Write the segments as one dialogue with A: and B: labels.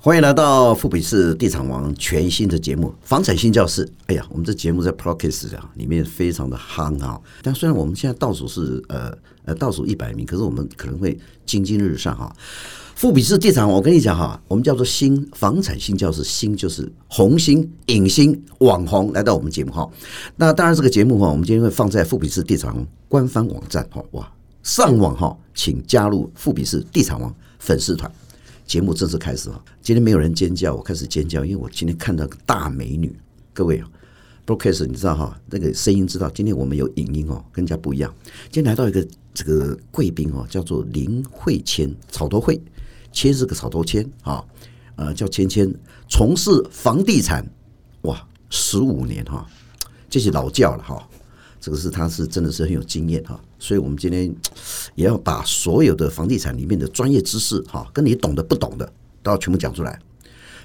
A: 欢迎来到富比士地产王全新的节目《房产新教室》。哎呀，我们这节目在 p r o c a s t 啊里面非常的夯啊。但虽然我们现在倒数是呃呃倒数一百名，可是我们可能会蒸蒸日上哈、啊富比士地产王，我跟你讲哈、我们叫做新房产新教室，新就是红星、影星、网红来到我们节目哈、那当然这个节目哈、我们今天会放在富比士地产王官方网站哈、哇，上网哈、请加入富比士地产王粉丝团。节目正式开始啊！今天没有人尖叫，我开始尖叫，因为我今天看到个大美女。各位啊 b r o a d c a s t 你知道哈，那个声音知道，今天我们有影音哦，跟人家不一样。今天来到一个这个贵宾哦，叫做林慧谦，草头慧，谦是个草头谦啊，呃，叫谦谦，从事房地产哇十五年哈、这是老教了哈、这个是他是真的是很有经验哈、所以我们今天也要把所有的房地产里面的专业知识哈、跟你懂的不懂的都要全部讲出来。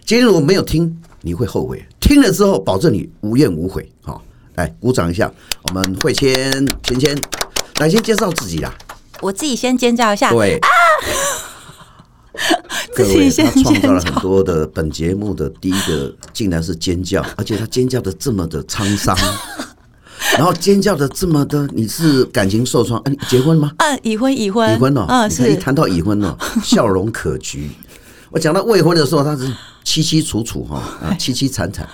A: 今天如果没有听，你会后悔；听了之后，保证你无怨无悔。哈、来鼓掌一下，我们慧谦芊芊，来先介绍自己啦，
B: 我自己先尖叫一下
A: 各， 位。各
B: 啊自
A: 位，
B: 己
A: 他
B: 先
A: 创
B: 尖
A: 造了
B: 叫
A: 很，多的本节目的第一个，竟然是尖叫，而且他尖叫的这么的沧 桑，然后尖叫的这么的，你是感情受创？哎、你结婚吗？
B: 嗯，已婚已婚，
A: 已婚哦，
B: 嗯
A: 你看一
B: 是，
A: 谈到已婚 哦，笑容可掬。我讲到未婚的时候，他是凄凄楚楚哈，
B: 哎
A: 啊，凄凄惨惨。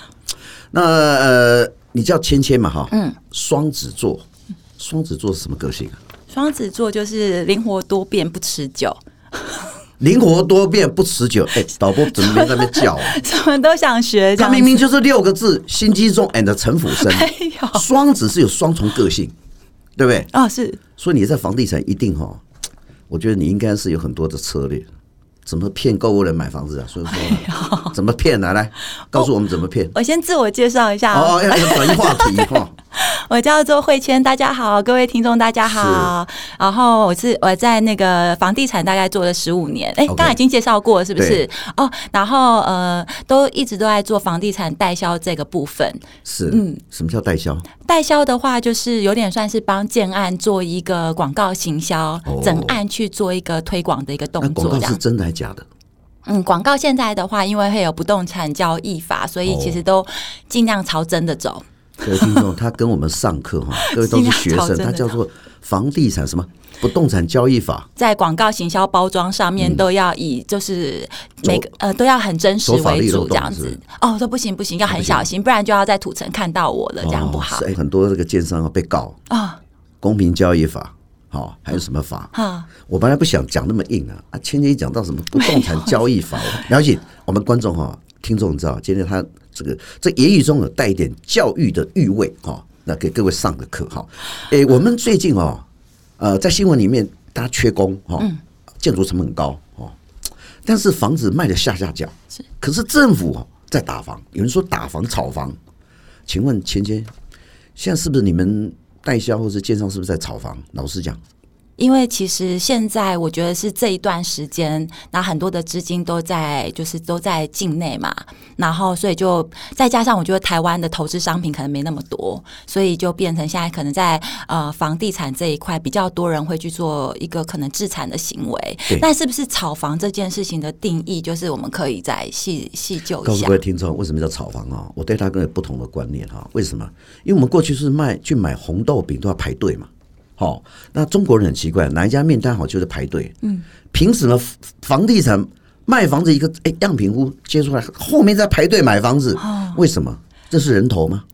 A: 那呃，你叫芊芊嘛哈，嗯，双子座，双子座是什么个性啊？
B: 双子座就是灵活多变，不持久，
A: 灵活多变，不持久。哎，导播怎么没在那边叫 啊？
B: 什么都想学，
A: 他
B: 这样子
A: 明明就是六个字：心机重 and 城府深。
B: 没有
A: 双子是有双重个性，对不对？
B: 哦，是
A: 所以你在房地产一定哈，我觉得你应该是有很多的策略，怎么骗购物人买房子啊？所以
B: 哎
A: 说呢，怎么骗啊？来，告诉我们怎么骗。
B: 我先自我介绍一下哦，
A: 哦，要要转移话题 哈。
B: 我叫做慧谦，大家好，各位听众大家好。然后我是我在那个房地产大概做了十五年，哎，
A: OK
B: 刚才已经介绍过了是不是？哦，然后呃，都一直都在做房地产代销这个部分。
A: 是，
B: 嗯
A: 什么叫代销？
B: 代销的话，就是有点算是帮建案做一个广告行销，
A: 哦
B: 整案去做一个推广的一个动
A: 那广
B: 作
A: 告
B: 这
A: 是
B: 样。
A: 真的还假的？
B: 嗯，广告现在的话，因为会有不动产交易法，所
A: 哦
B: 以其实都尽量朝真的走。
A: 各位听 众，他跟我们上课哈，各位都是学生，
B: 尽量找真的
A: 他叫做房地产什么不动产交易法，
B: 在广告行销包装上
A: 嗯
B: 面都要以就是每个呃都要很真实
A: 走法律
B: 为
A: 漏
B: 主
A: 洞
B: 这样
A: 是
B: 子哦，都不行不行，要很小心，不然就要在土城看到我了，这样不好
A: 哦是哎很多这个建商啊被告
B: 啊
A: 公平交易法，好、还有什么法？
B: 啊！
A: 我本来不想讲那么硬啊，啊，芊芊一讲到什么不动产交易法，我了解我们观众哈、听众知道，今天他这个这言语中有带一点教育的意味哈、那给各位上个课哈。诶、我们最近哦，呃，在新闻里面大家缺工哈、建筑成本很高哦，但是房子卖的下下脚，可是政府哦在打房，有人说打房炒房，请问芊芊，现在是不是你们代销或是建商是不是在炒房？老实讲。
B: 因为其实现在我觉得是这一段时间，那很多的资金都在就是都在境内嘛，然后所以就再加上我觉得台湾的投资商品可能没那么多，所以就变成现在可能在呃房地产这一块比较多人会去做一个可能自产的行为
A: 对。
B: 那是不是炒房这件事情的定义，就是我们可以再细细究
A: 告
B: 一
A: 诉
B: 下
A: 各？位听众，为什么叫炒房啊？我对它更有不同的观念哈、为什么？因为我们过去是卖去买红豆饼都要排队嘛。好、那中国人很奇怪，哪一家面摊好就是排队。嗯，凭什么房房地产卖房子一个哎样品屋接出来，后面在排队买房子？为什么？这是人头吗？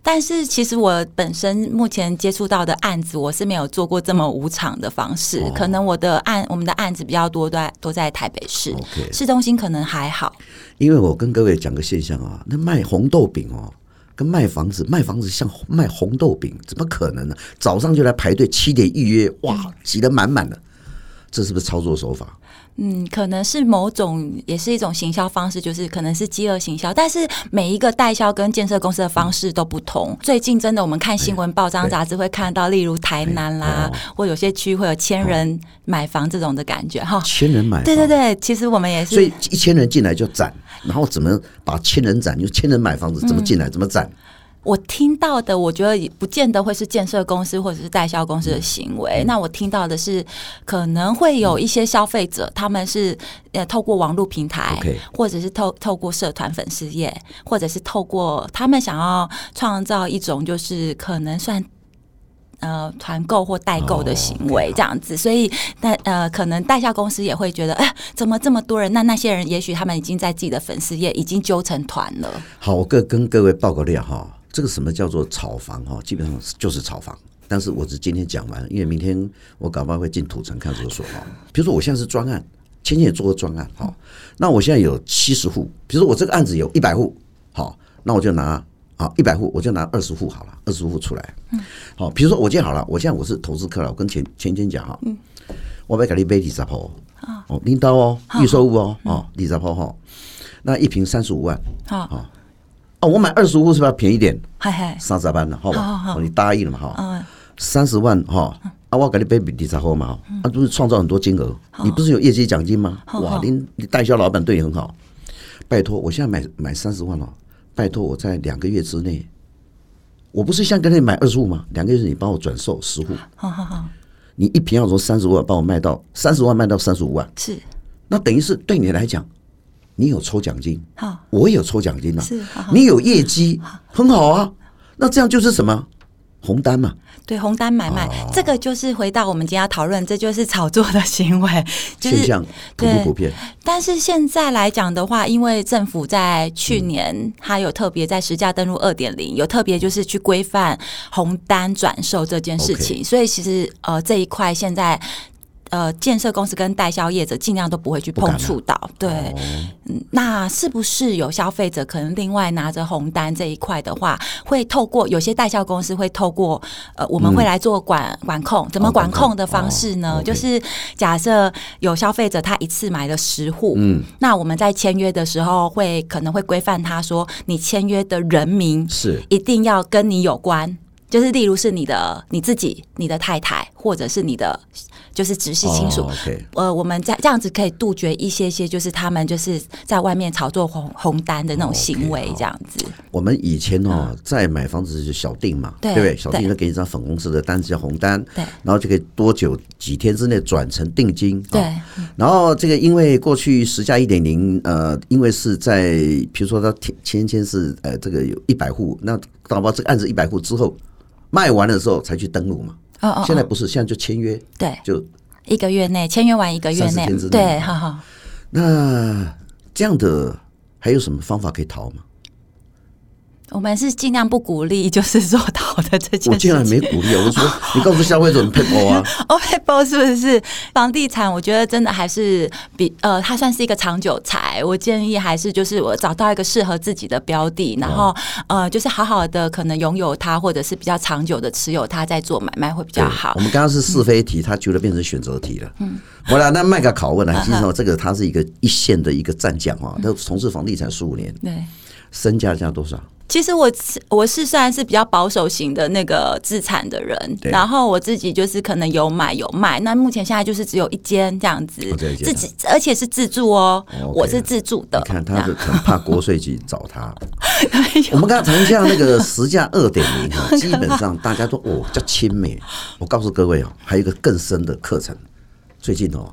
B: 但是其实我本身目前接触到的案子，我是没有做过这么无偿的方式。
A: 哦
B: 可能我的案，我们的案子比较多都在都在台北市
A: OK
B: 市中心可能还好。
A: 因为我跟各位讲个现象啊，那卖红豆饼哦，跟卖房子，卖房子像卖红豆饼，怎么可能呢？早上就来排队，七点预约，哇，挤得满满的，这是不是操作手法？
B: 嗯，可能是某种，也是一种行销方式，就是可能是饥饿行销。但是每一个代销跟建设公司的方式都不同。最近真的，我们看新闻报章
A: 对
B: 杂志会看到，例如台南啦，或有些区会有千人买房这种的感觉哈。
A: 千人买房，
B: 对对对，其实我们也是，
A: 所以一千人进来就展，然后怎么把千人展，就千人买房子怎么进来，怎么展？
B: 我听到的，我觉得也不见得会是建设公司或者是代销公司的行
A: 嗯
B: 为。那我听到的是，可能会有一些消费者，他们是呃透过网络平台
A: OK
B: 或者是透透过社团粉丝页，或者是透过他们想要创造一种就是可能算。呃，团购或代购的行
A: 哦
B: 为
A: ，OK，
B: 这样子，所以代呃，可能代销公司也会觉得，哎、怎么这么多人？那那些人也许他们已经在自己的粉丝页已经揪成团了。
A: 好，我各跟各位报个料哈，这个什么叫做炒房哈，基本上就是炒房。但是我只今天讲完，因为明天我搞不好会进土城看守所哈。比如说我现在是专案，前天也做过专案哈，那我现在有七十户，比如说我这个案子有一百户，好，那我就拿啊一百户，我就拿二十户好了，二十户出来。嗯，好，比如说我今天好了，我现在我是投资客了，我跟前前天讲哈，嗯，我要给你买二十铺哦，领导哦，预售屋哦，哦，二十铺哈，那一平三十五万。
B: 好、
A: 哦，我买二十户是不是要便宜点？
B: 嗨嗨，
A: 三十万了，好吧？
B: 好好好
A: 哦你答应了嘛？哈，
B: 嗯，
A: 三十万哈，啊，我给你 baby 你才后嘛，啊，不是创造很多金额，你不是有业绩奖金吗？
B: 嗯好
A: 哇
B: 好，
A: 你你代销老板对你很好，拜托，我现在买买三十万了，拜托我在两个月之内，我不是先跟你买二十户吗？两个月之内你帮我转售十户，
B: 好好好，
A: 你一瓶要从三十万帮我卖到三十万卖到三十五万，
B: 是
A: 那等于是对你来讲，你有抽奖金，
B: 好
A: 我也有抽奖金啊，
B: 是好好
A: 你有业绩，很好啊。那这样就是什么红单嘛？
B: 对红单买卖，这个就是回到我们今天要讨论，这就是炒作的行为，就
A: 现
B: 是。
A: 象普不
B: 对
A: 普遍？
B: 但是现在来讲的话，因为政府在去年它有特别在实价登录二点零有特别就是去规范红单转售这件事情，所以其实呃这一块现在。呃，建设公司跟代销业者尽量都不会去
A: 敢
B: 碰
A: 啊
B: 触到，对、嗯那是不是有消费者可能另外拿着红单这一块的话，会透过有些代销公司会透过呃，我们会来做管、管控，怎么
A: 嗯哦管
B: 管
A: 控
B: 控的方式呢？
A: 哦，OK
B: 就是假设有消费者他一次买了十户，
A: 嗯，
B: 那我们在签约的时候会可能会规范他说，你签约的人名
A: 是
B: 一定要跟你有关。就是例如是你的你自己、你的太太，或者是你的就是直系亲属
A: 哦，OK，
B: 呃，我们在这样子可以杜绝一些些，就是他们就是在外面炒作红红单的那种行为
A: 哦 OK，，好
B: 这样子。
A: 我们以前哦，在买房子就小定嘛，
B: 啊对
A: 不对？小定
B: 对
A: 就给你一张粉红色的单子叫红单，
B: 对
A: 然后就可以多久几天之内转成定金，
B: 对
A: 哦然后这个因为过去十加一点零，呃，因为是在比如说他前前前是呃这个有一百户，那搞不好这个案子一百户之后卖完的时候才去登录嘛，
B: 哦哦，
A: 现在
B: 哦
A: 不是，现在就签约
B: 对
A: 就
B: 一个月内签约完一个月
A: 30
B: 内
A: 天之内，
B: 对，哈哈。
A: 那这样的还有什么方法可以逃吗？
B: 我们是尽量不鼓励，就是做到的这件
A: 我
B: 事情。
A: 竟 然没鼓励，啊我就说你告诉消费者你配合啊，
B: o p p o 是不是房地产？我觉得真的还是比呃，它算是一个长久财。我建议还是就是我找到一个适合自己的标的，然
A: 哦
B: 后、呃，就是好好的可能拥有它，或者是比较长久的持有它，再做买卖会比较
A: 对嗯
B: 好
A: 我。们刚刚是是非题，他觉得变成选择题了。嗯，好了，那卖个拷问 啊，其实哦，这个他是一个一线的一个战将啊，他从事房地产十五年，
B: 对。
A: 身价价多少？
B: 其实我是我是算是比较保守型的那个自产的人，
A: 对
B: 然后我自己就是可能有买有卖。那目前现在就是只有一间这样子，
A: 哦只有一间
B: 自己而且是自住哦，
A: 哦，OK
B: 我是自住的
A: 你。看
B: 这
A: 他
B: 样
A: 是很怕国税局找他。
B: 哎
A: 我
B: 呦
A: 们刚才谈一下那个实价二点零 哈，基本上大家都哦叫亲美。我告诉各位哦，还有一个更深的课程，最近哦。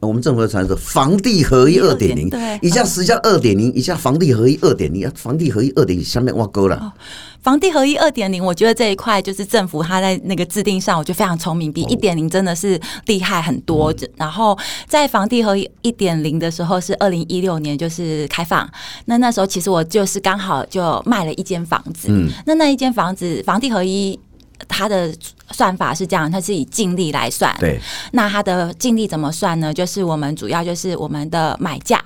A: 我们政府的传说，房地合一二点零
B: 哎对，
A: 一下实价二点零，一下房地合一二点零，房地合一二点零下面挖沟
B: 哦
A: 了，
B: 房地合一二点零，我觉得这一块就是政府它在那个制定上，我觉得非常聪明，比一点零真的是厉害很多。然后在房地合一一点零的时候是二零一六年就是开放，那那时候其实我就是刚好就卖了一间房子，那那一间房子房地合一。它的算法是这样，它是以净利来算。
A: 对，
B: 那它的净利怎么算呢？就是我们主要就是我们的买价。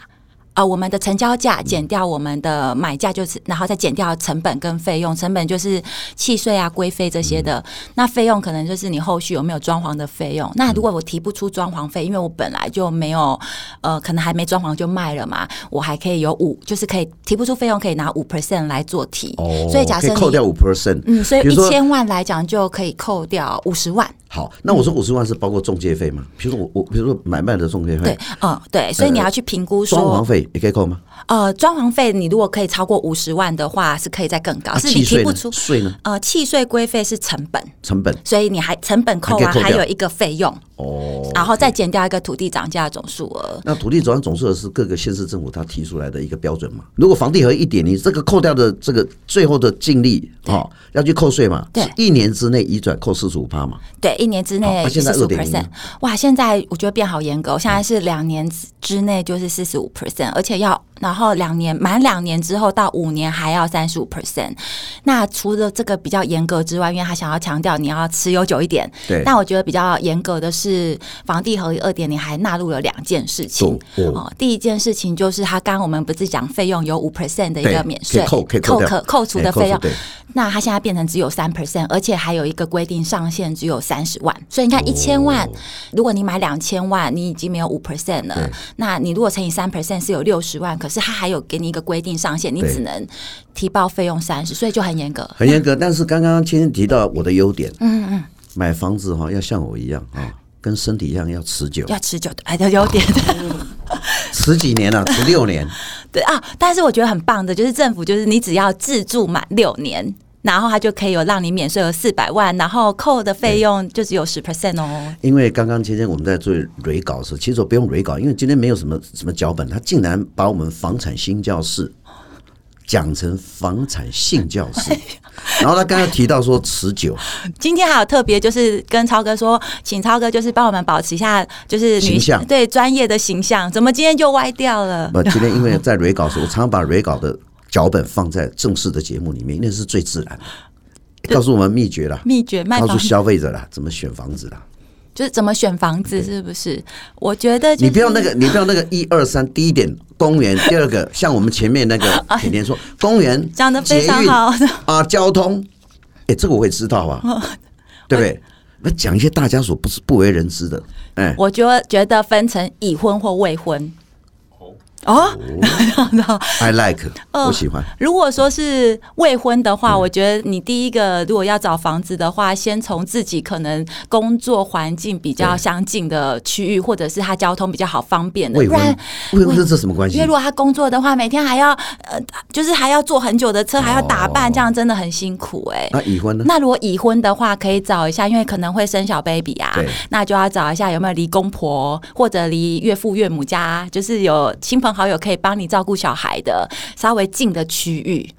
B: 呃，我们的成交价减掉我们的买价，就是然后再减掉成本跟费用，成本就是契税啊、规费这些的。
A: 嗯
B: 那费用可能就是你后续有没有装潢的费用。那如果我提不出装潢费，因为我本来就没有，呃，可能还没装潢就卖了嘛，我还可以有五，就是可以提不出费用，可以拿五 percent 来做提。哦所以假
A: 哦可
B: 设
A: 以
B: 你
A: 扣掉五 percent，
B: 嗯，所以
A: 比如
B: 一
A: 说
B: 千万来讲就可以扣掉五十万。
A: 好，那我说五十万是包括中介费吗？比如说我我比如说买卖的中介费
B: 对，，嗯，对，所以你要去评估说，
A: 呃装潢费也可以扣吗？
B: 呃，装潢费你如果可以超过五十万的话，是可以再更高，
A: 啊
B: 是你
A: 契
B: 提
A: 税
B: 不
A: 呢？
B: 出。
A: 税呢？
B: 呃，契税规费是成本，
A: 成本
B: 所以你还成本扣
A: 还可
B: 完
A: 以扣
B: 还
A: 掉
B: 有一个费用，
A: 哦。
B: 然后再减掉一个土地涨价的总数额。
A: 那土地转让总数是各个县市政府他提出来的一个标准嘛？如果房地合一点零，这个扣掉的这个最后的净利哦，要去扣税嘛？
B: 对
A: 是一年之内移转扣四十五趴嘛？
B: 对，一年之内
A: 好那
B: 四
A: 现在
B: 十五
A: 2.0
B: percent
A: 呢。
B: 哇，现在我觉得变好严格哦，我现在是两年之之内就是四十五 percent，而且要然后两年满两年之后到五年还要三十五 percent。那除了这个比较严格之外，因为他想要强调你要持有久一点，
A: 对
B: 但我觉得比较严格的是房地合一二点零还纳入了两件事情
A: 哦哦
B: 第一件事情就是他刚刚我们不是讲费用有五 percent 的一个
A: 对
B: 免
A: 可以
B: 税
A: 扣可以扣
B: 扣
A: 掉
B: 可扣除
A: 哎
B: 的费用，
A: 对，
B: 那它现在变成只有三 percent，而且还有一个规定上限只有三十万，所以你看
A: 哦
B: 一千万，如果你买两千万，你已经没有五 percent 了
A: 对。
B: 那你如果乘以三 percent 是有六十万，可是它还有给你一个规定上限，你
A: 对
B: 只能提报费用三十，所以就很严格。
A: 很严格。但是刚刚芊芊提到我的优点，嗯嗯，买房子哈、要像我一样啊、跟身体一样要持久，
B: 要持久的，哎， 有有点
A: 十几年了、十六年。
B: 对啊，但是我觉得很棒的，就是政府就是你只要自住满六年，然后它就可以有让你免税额四百万，然后扣的费用就只有十 percent 哦。
A: 因为刚刚今天我们在做蕊稿的时候，其实我不用蕊稿，因为今天没有什么什么脚本，他竟然把我们房产新教室讲成房产性教 室，然后他刚才提到说持久，
B: 今天还有特别，就是跟超哥说，请超哥就是帮我们保持一下，就是女
A: 形象嗯
B: 对专业的形象。怎么今天就歪掉了？
A: 不，今天因为在蕊稿的时候，我常常把蕊稿的脚本放在正式的节目里面，那是最自然的，告诉我们秘诀啦，
B: 秘诀卖
A: 告
B: 房
A: 诉消费者啦，怎么选房子啦。
B: 就是怎么选房子，是不是？我觉得、就是、
A: 你不要那个，你不要那个一二三，第一点公园，第二个像我们前面那 个甜甜说公园
B: 哎讲得非常
A: 捷运
B: 好
A: 啊，交通，哎，这个我也知道啊， 对不对？那讲一些大家所不是不为人知的，哎，
B: 我觉得觉得分成已婚或未婚。哦，
A: I like，我
B: 呃
A: 喜欢。
B: 如果说是未婚的话，我觉得你第一个如果要找房子的话，先从自己可能工作环境比较
A: 对
B: 相近的区域，或者是它交通比较好方便的，
A: 未
B: 不然
A: 婚，未婚跟这什么关系
B: 因为？如果他工作的话，每天还要呃，就是还要坐很久的车，还要打扮，这样真的很辛苦哎、
A: 那已婚呢？
B: 那如果已婚的话，可以找一下，因为可能会生小 baby 啊
A: 对，
B: 那就要找一下有没有离公婆或者离岳父岳母家，就是有亲朋好友可以帮你照顾小孩的稍微近的区域。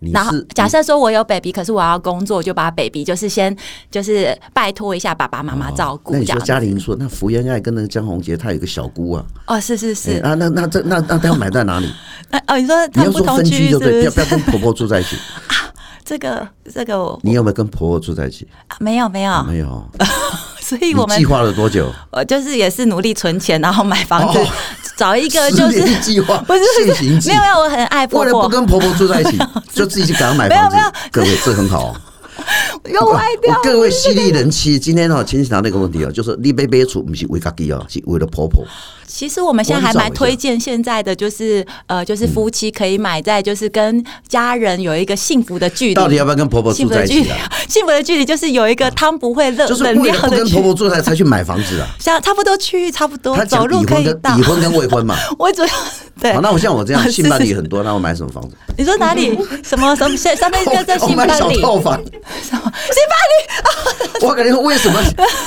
A: 你
B: 然后
A: 是
B: 假设说我有 baby，可是我要工作，就把 baby 就是先就是拜托一下爸爸妈妈照顾
A: 哦那
B: 这
A: 你
B: 样
A: 说
B: 子。
A: 嘉玲说，那福原爱跟那个江宏杰，他有个小姑啊，
B: 哦，是是
A: 哎
B: 是，
A: 啊，那那这那那他要买在哪 里？
B: 那哦，你说
A: 你
B: 他
A: 要
B: 们不
A: 说
B: 同
A: 分
B: 区
A: 居
B: 域是
A: 就
B: 不
A: 对，不要不
B: 是？
A: 要跟婆婆住在一 起。
B: 这 个这个我
A: 你有没有跟婆婆住在一起？
B: 啊没有没有，
A: 没 有。
B: 所以
A: 你
B: 我们
A: 计划了多久？
B: 我就是也是努力存钱，然后买房子，
A: 哦
B: 找一个就是
A: 失恋计划，
B: 不是
A: 现行计
B: 没有没有，我很爱婆
A: 为了不
B: 婆，
A: 跟婆婆住在一 起，就自己去赶快买房子
B: 没有没有。
A: 各位，这很好哦。
B: 又歪掉
A: 我。各位犀利人妻，今天哦，前几堂那个问题哦，就是你被被处不是为家己哦，是为了婆 婆。
B: 其实我们现在还蛮推荐现在的，就是呃，
A: 嗯
B: 就是夫妻可以买在就是跟家人有一个幸福的距离，
A: 到底要不要跟婆婆
B: 幸
A: 住
B: 福
A: 在
B: 的
A: 一
B: 距离
A: 起啊？，
B: 幸福的距离就是有一个汤不会冷
A: 就是
B: 冷
A: 为
B: 掉
A: 了不
B: 的
A: 跟
B: 距
A: 婆
B: 离，
A: 婆住才才去买房子啊。
B: 像差不多区域差不多
A: 他，讲
B: 走路
A: 已
B: 可
A: 婚
B: 以
A: 跟
B: 到
A: 已。婚跟未婚 嘛。哦
B: 我主要对
A: 好，，那我像我这样
B: 是
A: 性伴侣很多，那我买什么房 子？
B: 你说 哪里？什么什么？下上面这这
A: 我
B: 性
A: 买
B: 伴
A: 小
B: 侣，
A: 套 房。
B: 什么性伴 侣？
A: 我感觉为什么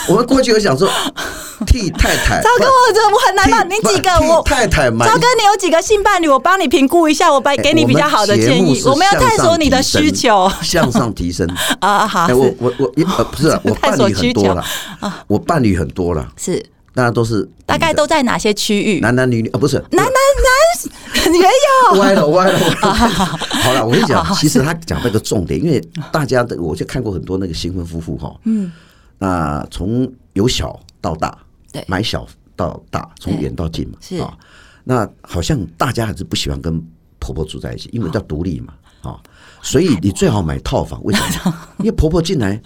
A: 我们过去有想 说替太太，
B: 超哥，我这我很难
A: 替
B: 帮你几个
A: 不替
B: 我。
A: 太太买
B: 超哥，你有几个性伴侣？我帮你评估一下，我帮哎给你比较好的建议。我
A: 哎我
B: 们
A: 们
B: 要
A: 节目是
B: 探索你的需求
A: 向上提升。向上提升
B: 啊！好，，
A: 哎，我我我呃不是啊我
B: 探
A: 伴
B: 索
A: 侣
B: 需
A: 很
B: 求
A: 多了，我伴侣很多了，
B: 是是
A: 当然都是
B: 大概
A: 女的
B: 都在哪些区域？
A: 男男女女啊，不是
B: 男男男也有
A: 歪了歪了歪了。好了，我跟你
B: 好
A: 讲，其实他讲那个重点，因为大家的我就看过很多那个新婚夫妇哈，嗯，那从由小到大，
B: 对
A: 买小到大，从
B: 对
A: 远到近嘛，
B: 是
A: 啊，那好像大家还是不喜欢跟婆婆住在一起，因为叫独 立嘛，啊，所以你最好买套房，为什么？因为婆婆进来。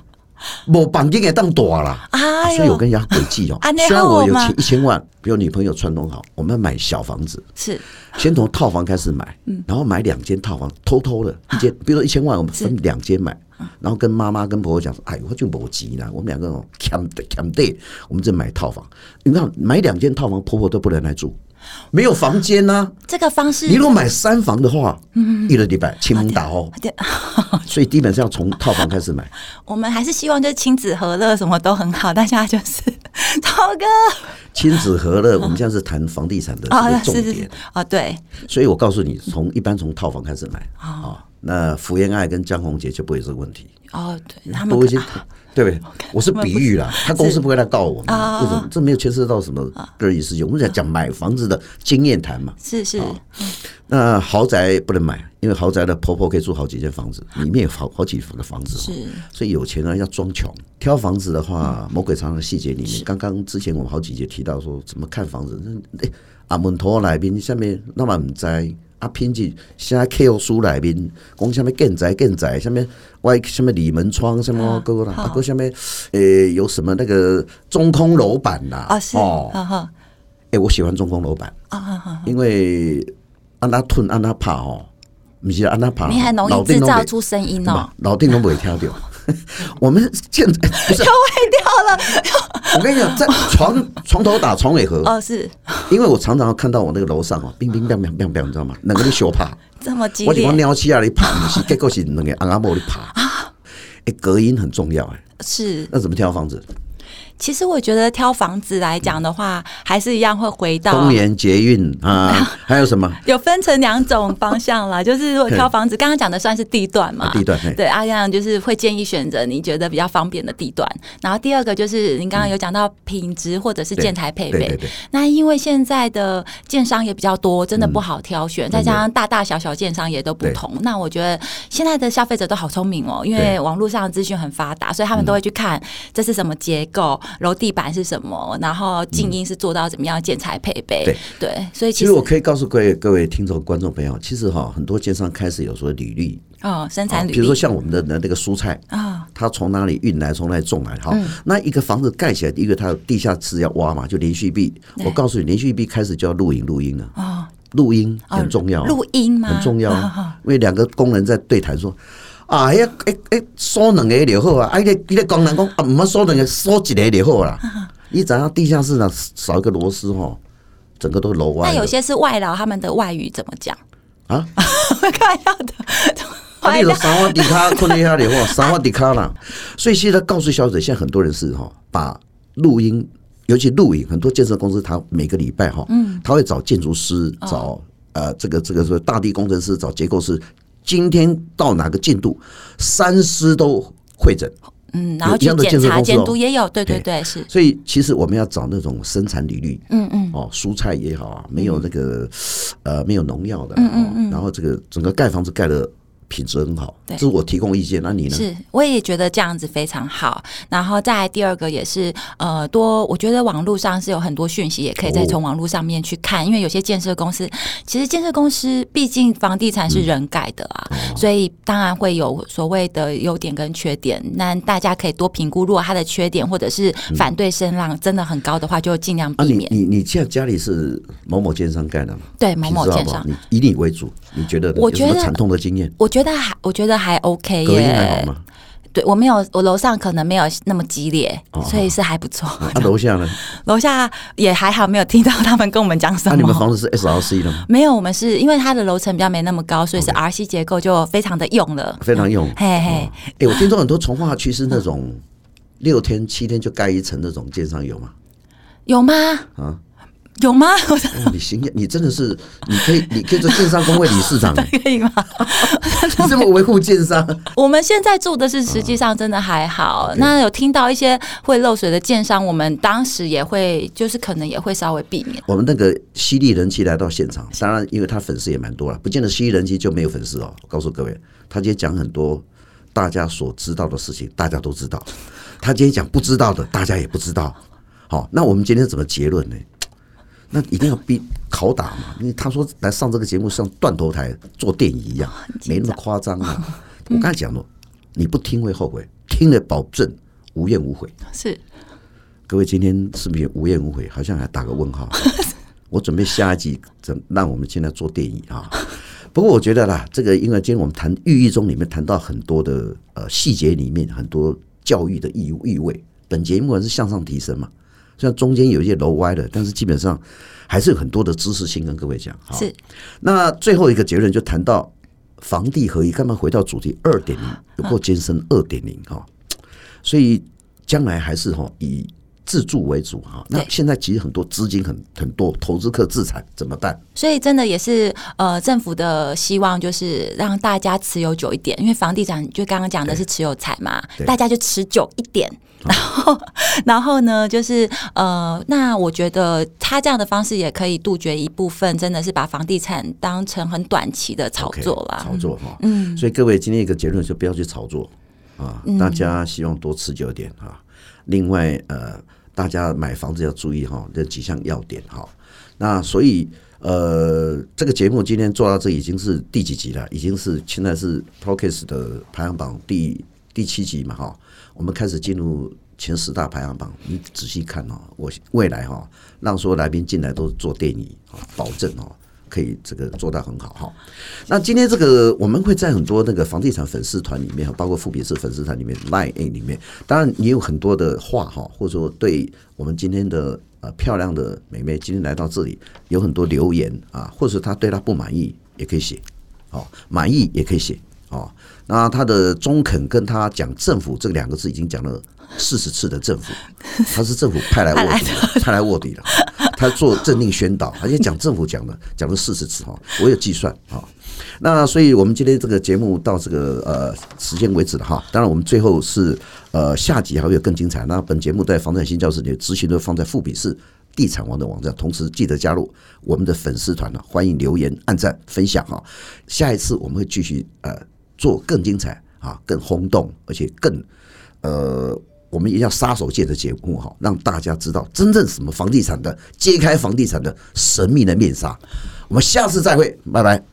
A: 我绑定也当多啦，
B: 哎呦，
A: 所以我跟人家诡计哦
B: 安内
A: 虽然
B: 好
A: 我有
B: 嘛
A: 钱一千万，比如女朋友串通好，我们买小房子，
B: 是
A: 先从套房开始买，
B: 嗯
A: 然后买两间套房，偷偷的一间，
B: 啊
A: 比如说一千万，我们分两间买，然后跟妈妈跟婆婆讲说，哎，我就没急了，我们两哦个人 c a m 我们就买套房。你看买两间套房，婆婆都不能来住，
B: 嗯
A: 没有房间呐、
B: 这个方式
A: 你如果买三房的话，一个礼拜清打 哦，
B: 嗯对，
A: 所以基本上从套房开始买。
B: 我们还是希望就是亲子和乐什么都很好，但现在就是 涛哥
A: 亲子和乐，我们现在是谈房地产的这个
B: 啊，
A: 重
B: 是是
A: 点
B: 是，，哦，对，
A: 所以我告诉你，从一般从套房开始买啊、那福原爱跟江宏杰就不会有这个问题，
B: 哦，对，他
A: 不
B: 们
A: 会去
B: 可
A: 对不 对？我是比喻啦，他公司不会来告我们，
B: 啊
A: 为什么？这没有牵涉到什么个人隐私权，我
B: 哦
A: 们在讲买房子的经验谈嘛。
B: 是是
A: 那豪宅不能买，因为豪宅的婆婆可以住好几间房子，里面有好好几个房子。哦
B: 是，
A: 所以有钱人要装穷，挑房子的话，魔鬼藏在细节里面。刚刚之前我们好几节提到说，怎么看房子？那哎啊，门头来宾下面那么唔知啊，偏见现在 K O 书来宾讲下面建宅建宅，下面外下面里门窗什么各个啦，啊，各下面呃有什么那个中空楼板啦，
B: 哦是，哈哈，
A: 哎、我喜欢中空楼板，
B: 哦哈哈，
A: 因为安那吞安那怕哦，不是安那怕，
B: 你很容
A: 脑
B: 易
A: 顶
B: 制
A: 都
B: 造
A: 袂
B: 出声音
A: 嘛
B: 哦，，
A: 老定都不会挑掉。 我们现在不是
B: 又歪掉了，
A: 我跟你讲，在床 床头打床尾和，
B: 哦，是
A: 因为我常常看到我那个楼上哦，冰冰冰冰冰冰，你知道吗？两个人相拍，
B: 这么激
A: 我喜欢
B: 烈，
A: 尿气啊，你爬，不是结果是两个阿阿莫你爬。
B: 啊
A: 哎，隔音很重要哎，
B: 是。
A: 那怎么挑房子？
B: 其实我觉得挑房子来讲的
A: 嗯
B: 话，还是一样会回到
A: 公园捷运 啊，还有什么
B: 有分成两种方向啦，就是如果挑房子，刚刚讲的算是地段嘛
A: 啊，地段？嘿
B: 对，阿亮就是会建议选择你觉得比较方便的地段。然后第二个就是您刚刚有讲到品质或者是建材配备，
A: 对对对，
B: 那因为现在的建商也比较多，真的
A: 嗯
B: 不好挑选，再加上大大小小建商也都不同。那我觉得现在的消费者都好聪明哦，因为
A: 对嗯
B: 网络上的资讯很发达，所以他们都会去看这是什么结构，楼地板是什么，然后静音是做到怎么样的建材配备。
A: 嗯对
B: 对，所以
A: 其
B: 其
A: 实
B: 实
A: 我可以告诉各位各位听众观众朋友，其实哈，很多建商开始有所履历，
B: 哦，生
A: 啊
B: 产履
A: 比如说
B: 历
A: 像我们的那个蔬菜，
B: 啊，
A: 它从哪里运来，从哪里种来。好，那一个房子盖起来，一个它有地下室要挖嘛，就连续壁。
B: 对
A: 我告诉你，连续壁开始就要录影录音了。
B: 哦
A: 录音
B: 哦
A: 很重要，
B: 录音吗？
A: 很重要
B: 哦哦，
A: 因为两个工人在对谈说。啊，迄诶诶，锁两个就好啊！啊，迄个迄个工人讲啊，毋好锁两个，锁一个就好啦。你知影地下室呢少一个螺丝吼，整个都楼歪
B: 那
A: 了
B: 有些是外劳，他们的外语怎么讲？
A: 啊！
B: 开玩笑的，
A: 啊，
B: 开
A: 你
B: 玩
A: 就
B: 笑。
A: 三万迪卡困在 遐里吼，三万迪卡啦。所以现在告诉消费者，现在很多人是哈，把录音，尤其录影，很多建设公司他每个礼拜哈，嗯，他会找建筑师，
B: 哦
A: 找呃这个这个说大地工程师，找结构师，今天到哪个进度，三师都会诊。
B: 嗯，然后
A: 有一
B: 去
A: 样的
B: 检
A: 建设
B: 查
A: 公司
B: 监
A: 哦
B: 督也有，对对
A: 对嗯
B: 对，是，
A: 所以其实我们要找那种生产履历，
B: 嗯嗯，
A: 哦，蔬菜也好啊，没有那个、呃没有农药
B: 嗯
A: 的，哦，然后这个整个盖房子盖的品质很好，
B: 对
A: 这是我提供意见，那你呢？
B: 是，我也觉得这样子非常好。然后再来第二个也是，呃，多我觉得网络上是有很多讯息，也可以再
A: 哦
B: 从网络上面去看，因为有些建设公司，其实建设公司毕竟房地产是人盖的啊，
A: 哦
B: 所以当然会有所谓的优点跟缺点。那大家可以多评估，如果它的缺点或者是反对声浪真的很高的话，就尽量
A: 嗯啊，
B: 避
A: 你
B: 免。
A: 你你现在家里是某某建商盖的嘛？
B: 对某某
A: 品质好
B: 建
A: 不好
B: 商？，
A: 你以你为主，你觉得呢
B: 我
A: 有什么
B: 觉得
A: 惨痛的经验？
B: 我觉得还我觉得还 OK
A: 隔音
B: 耶，
A: 还好吗？
B: 对我没有，我楼上可能没有那么激烈，
A: 哦
B: 所以是还不错。
A: 啊，楼下呢？
B: 楼下也还好，没有听到他们跟我们讲什
A: 啊，你
B: 么。
A: 们房子是 SRC 的吗？
B: 没有，我们是因为它的楼层比较没那么高，所以是 RC 结构就非常的用了。
A: 非常用。
B: 嘿嘿，
A: 哎，我听说很多从化区是那种六天七天就盖一层那种建商有 吗？
B: 有吗？
A: 啊，
B: 有吗？ 我
A: 哇哦你行，你真的是，你可以，你可以做建商工会理事 长，你
B: 可以吗？
A: 这么维护建商，
B: 我们现在住的是实际上真的还好。那有听到一些会漏水的建商，我们当时也会就是可能也会稍微避免。
A: 我们那个犀利人气来到现场，当然因为他粉丝也蛮多了，不见得犀利人气就没有粉丝哦。我告诉各位，他今天讲很多大家所知道的事情，大家都知道；他今天讲不知道的，大家也不知道。好、那我们今天怎么结论呢？那一定要逼拷打嘛，因为他说来上这个节目像断头台做电影一样，没那么夸张啊。我刚才讲了，你不听会后悔，听了保证无怨无悔。
B: 是
A: 各位今天是不是也无怨无悔？好像还打个问号。 我准备下一集，怎让我们现在做电影啊？不过我觉得啦，这个因为今天我们谈寓意中里面谈到很多的呃细节里面很多教育的意意味，本节目还是向上提升嘛。虽然中间有一些楼歪了，但是基本上还是有很多的知识性跟各位讲。好
B: 是，
A: 那最后一个结论就谈到房地合一，干嘛回到主题二点零，有够艰深二点零哈，所以将来还是哈以自住为主哈。那
B: 对
A: 现在其实很多资金很很多，投资客自产怎么办？
B: 所以真的也是呃，政府的希望就是让大家持有久一点，因为房地产就刚刚讲的是持有财嘛
A: 对，
B: 大家就持久一点。 然后，然后呢，就是呃，那我觉得他这样的方式也可以杜绝一部分，真的是把房地产当成很短期的炒
A: OK，
B: 作啦。
A: 炒作哈。嗯，所以各位今天一个结论就不要去炒作啊，
B: 嗯
A: 大家希望多持久一点啊。另外呃，大家买房子要注意哈，这几项要点哈。那所以呃，这个节目今天做到这已经是第几集了？已经是现在是 p o c k e t 的排行榜第第七集嘛哈。我们开始进入。前十大排行榜，你仔细看哦。我未来哈、让所有来宾进来都是做电影，啊保证哦可以这个做到很好哈、那今天这个我们会在很多那个房地产粉丝团里面，包括富比士粉丝团里面、Line A 里面，当然也有很多的话哈，或者说对我们今天的呃漂亮的美眉今天来到这里，有很多留言啊，或者她对她不满意也可以写，哦，满意也可以写哦。那她的中肯跟她讲政府这两个字已经讲了。四十次的政府，他是政府派来卧底的，派来卧底的，他做政令宣导，而且讲政府讲的讲了四十次哈，我有计算啊。那所以我们今天这个节目到这个呃时间为止了哈。当然，我们最后是呃下集还会有更精彩。那本节目在房产新教室里的资讯都放在富比士地产王的网站，同时记得加入我们的粉丝团呢，啊欢迎留言、按赞、分享哈。下一次我们会继续呃做更精彩啊、更轰动，而且更呃。我们也要杀手界的节目哈，让大家知道真正什么房地产的揭开房地产的神秘的面纱。我们下次再会，拜拜。